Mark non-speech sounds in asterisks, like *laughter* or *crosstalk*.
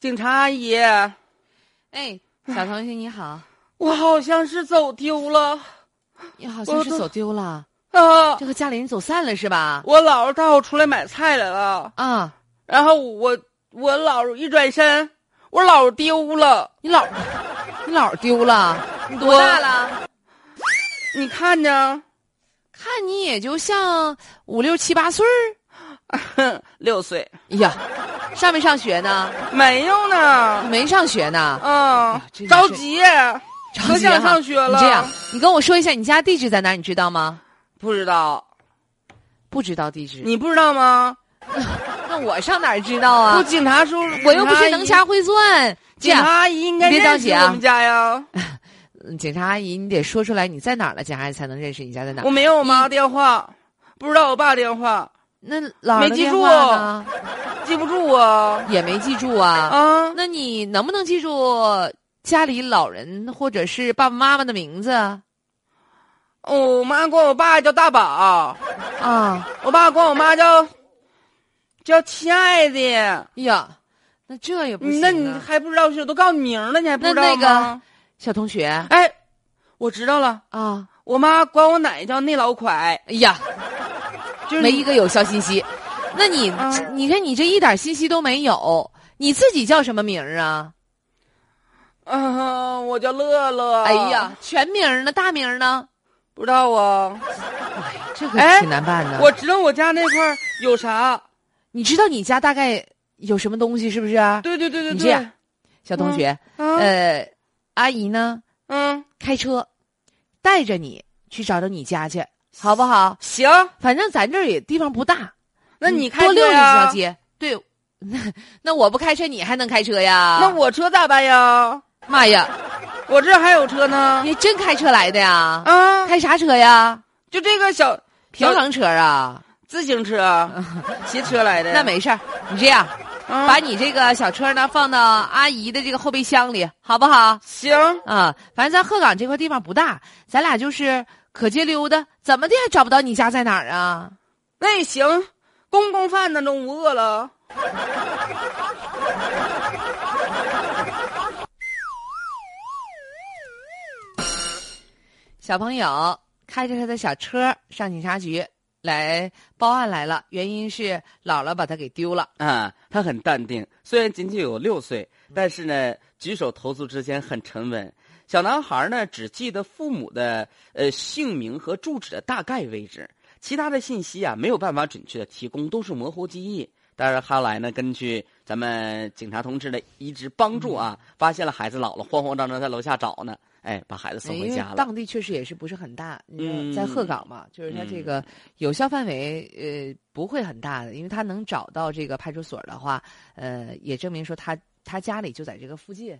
警察阿姨，哎，小同学你好，我好像是走丢了你好像是我都走丢了，啊！这和家里人走散了是吧？我姥姥带我出来买菜来了，啊，然后我我姥姥一转身，我姥姥丢了。你姥，你姥丢了，你多我大了？你看着，看你也就像五六七八岁儿。哼，嗯六岁哎呀，上没上学呢？没有呢，没上学呢。嗯这，个着哎是急，着可急啊想上学了。你这样，你跟我说一下你家地址在哪儿？你知道吗？不知道，不知道地址，你不知道吗？那我上哪儿知道不，啊？警察叔，我又不是能家掐会算。这警察样，阿姨应该你别着认识急啊我们家呀。嗯警察阿姨，你得说出来你在哪儿了，警察阿姨才能认识你家在哪儿我。没有我妈电话，不知道我爸电话，那姥儿没的记电住话呢？记不住啊也没记住啊。啊！那你能不能记住家里老人或者是爸爸妈妈的名字啊？我妈管我爸叫大宝，啊，我爸管我妈叫叫亲爱的。哎呀，那这也不行、啊。那你还不知道是？都告诉你名儿了，你还不知道那那个吗？小同学哎，我知道了，啊，我妈管我奶叫内老蒯，哎呀，就是没一个有效信息。那你、啊你看你这一点信息都没有，你自己叫什么名儿啊？嗯、我叫乐乐。哎呀，，哎全名儿呢？大名儿呢？不知道啊，这可哎挺难办的。我知道我家那块儿有啥。你知道你家大概有什么东西是不是啊？对对对对你对这，样小同学，嗯呃，阿姨呢嗯，开车带着你去找找你家去，好不好？行，反正咱这儿也地方不大，那嗯你开多溜车达呀几条街。对， *laughs* 那那我不开车，你还能开车呀？那我车咋办呀？妈呀，我这还有车呢。你真开车来的呀？啊，开啥车呀？就这个小平衡车啊？自行车， *laughs* 骑车来的。那没事儿，你这样，嗯，把你这个小车呢放到阿姨的这个后备箱里，好不好？行，啊，反正咱鹤岗这块地方不大，咱俩就是可街溜达，怎么的也找不到你家在哪儿啊？那也行。公公饭呢？中午饿了。小朋友开着他的小车上警察局来报案来了，原因是姥姥把他给丢了。啊，他很淡定，虽然仅仅有六岁，但是呢，举手投足之间很沉稳。小男孩呢，只记得父母的呃姓名和住址的大概位置，其他的信息啊没有办法准确的提供，都是模糊记忆。但是后来呢，根据咱们警察同志的一直帮助啊，发现了孩子老了，慌慌张张在楼下找呢，哎，把孩子送回因为家了。当地确实也是不是很大，你嗯知道在鹤岗嘛，就是他这个有效范围呃不会很大的，因为他能找到这个派出所的话，呃，也证明说他他家里就在这个附近，